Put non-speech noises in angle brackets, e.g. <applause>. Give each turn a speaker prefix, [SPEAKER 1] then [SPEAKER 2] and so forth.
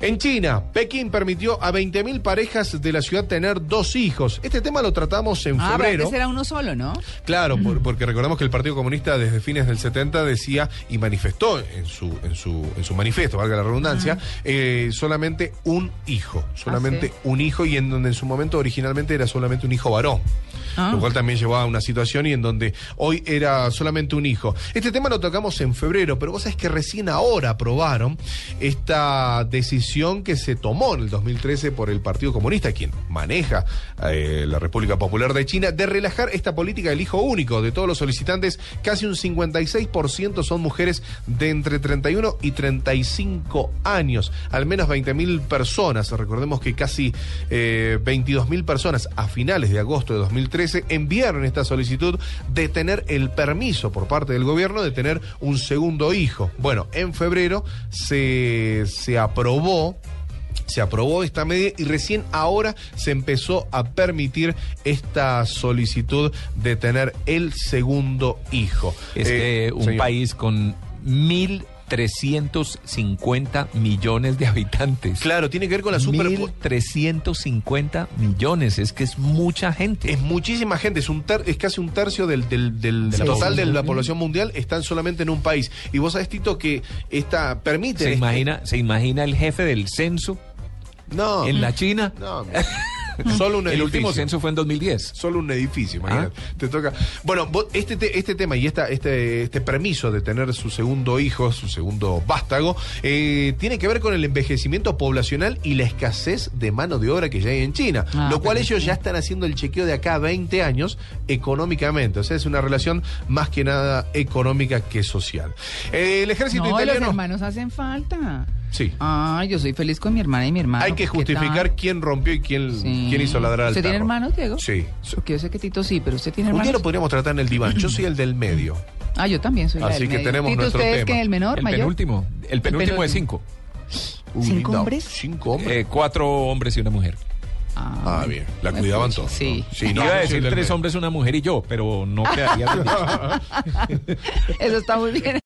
[SPEAKER 1] En China, Pekín permitió a 20.000 parejas de la ciudad tener dos hijos. Este tema lo tratamos en
[SPEAKER 2] Ah, pero
[SPEAKER 1] febrero.
[SPEAKER 2] antes era uno solo, ¿no?
[SPEAKER 1] Claro,
[SPEAKER 2] Mm.
[SPEAKER 1] por- porque recordamos que el Partido Comunista desde fines del 70 decía y manifestó en su en su, en su manifiesto, valga la redundancia,
[SPEAKER 2] Ah.
[SPEAKER 1] eh, solamente un hijo, solamente
[SPEAKER 2] sí.
[SPEAKER 1] un hijo y en donde en su momento originalmente era solamente un hijo varón.
[SPEAKER 2] Ah.
[SPEAKER 1] Lo cual también llevaba a una situación y en donde hoy era solamente un hijo. Este tema lo tocamos en febrero, pero vos sabés que recién ahora aprobaron esta decisión que se tomó en el 2013 por el Partido Comunista, quien maneja eh, la República Popular de China, de relajar esta política del hijo único. De todos los solicitantes, casi un 56% son mujeres de entre 31 y 35 años. Al menos 20.000 personas, recordemos que casi eh, 22.000 personas a finales de agosto de 2013 enviaron esta solicitud de tener el permiso por parte del gobierno de tener un segundo hijo. Bueno, en febrero se, se aprobó se aprobó esta medida y recién ahora se empezó a permitir esta solicitud de tener el segundo hijo.
[SPEAKER 3] Es
[SPEAKER 1] Eh,
[SPEAKER 3] que un
[SPEAKER 1] señor.
[SPEAKER 3] país con 1.350 millones de habitantes.
[SPEAKER 1] Claro, tiene que ver con la super...
[SPEAKER 3] 1.350 millones, es que es mucha gente.
[SPEAKER 1] Es muchísima gente, es un ter- es casi un tercio del, del- del
[SPEAKER 3] Sí.
[SPEAKER 1] total de la población mundial, están solamente en un país. Y vos sabés, Tito, que esta permite...
[SPEAKER 3] ¿Se imagina, ¿Se imagina el jefe del censo
[SPEAKER 1] No,
[SPEAKER 3] en la China?
[SPEAKER 1] no. <laughs> Solo un
[SPEAKER 3] el último
[SPEAKER 1] edificio.
[SPEAKER 3] censo fue en 2010.
[SPEAKER 1] Solo un edificio,
[SPEAKER 2] Ah.
[SPEAKER 1] imagínate. Te toca. Bueno, vos- este, te- este tema y esta, este, este permiso de tener su segundo hijo, su segundo vástago, eh, tiene que ver con el envejecimiento poblacional y la escasez de mano de obra que ya hay en China.
[SPEAKER 2] Ah,
[SPEAKER 1] lo cual
[SPEAKER 2] pero
[SPEAKER 1] ellos ya están haciendo el chequeo de acá a 20 años económicamente. O sea, es una relación más que nada económica que social. Eh, el ejército
[SPEAKER 2] no, los
[SPEAKER 1] italiano.
[SPEAKER 2] hermanos hacen falta.
[SPEAKER 1] Sí.
[SPEAKER 2] Ah, yo soy feliz con mi hermana y mi hermano.
[SPEAKER 1] Hay que
[SPEAKER 2] ¿qué tal?
[SPEAKER 1] justificar quién rompió y quién,
[SPEAKER 2] Sí.
[SPEAKER 1] quién hizo ladrar al
[SPEAKER 2] ¿Usted tiene
[SPEAKER 1] perro.
[SPEAKER 2] hermanos, Diego?
[SPEAKER 1] Sí.
[SPEAKER 2] Porque yo sé que Tito sí, pero usted tiene
[SPEAKER 1] Un día
[SPEAKER 2] hermanos.
[SPEAKER 1] lo podríamos tratar en el diván. Yo soy el del medio.
[SPEAKER 2] Ah, yo también soy la
[SPEAKER 1] Así
[SPEAKER 2] del
[SPEAKER 1] que
[SPEAKER 2] medio.
[SPEAKER 1] tenemos
[SPEAKER 2] Tito,
[SPEAKER 1] nuestro
[SPEAKER 2] ¿usted
[SPEAKER 1] tema.
[SPEAKER 2] es que el menor,
[SPEAKER 3] El
[SPEAKER 2] mayor?
[SPEAKER 3] penúltimo, el penúltimo de
[SPEAKER 2] penúltimo.
[SPEAKER 3] cinco.
[SPEAKER 1] Uy,
[SPEAKER 2] ¿Cinco
[SPEAKER 1] linda.
[SPEAKER 2] hombres?
[SPEAKER 1] Cinco hombres.
[SPEAKER 3] Eh, cuatro hombres y una mujer.
[SPEAKER 1] ah, bien. La cuidaban todos.
[SPEAKER 2] Sí.
[SPEAKER 1] ¿no? Sí, no,
[SPEAKER 3] Iba a
[SPEAKER 1] yo soy
[SPEAKER 3] decir
[SPEAKER 1] del
[SPEAKER 3] tres
[SPEAKER 1] medio. <laughs>
[SPEAKER 3] hombres, una mujer y yo, pero no quedaría bien dicho.
[SPEAKER 2] Eso está muy bien.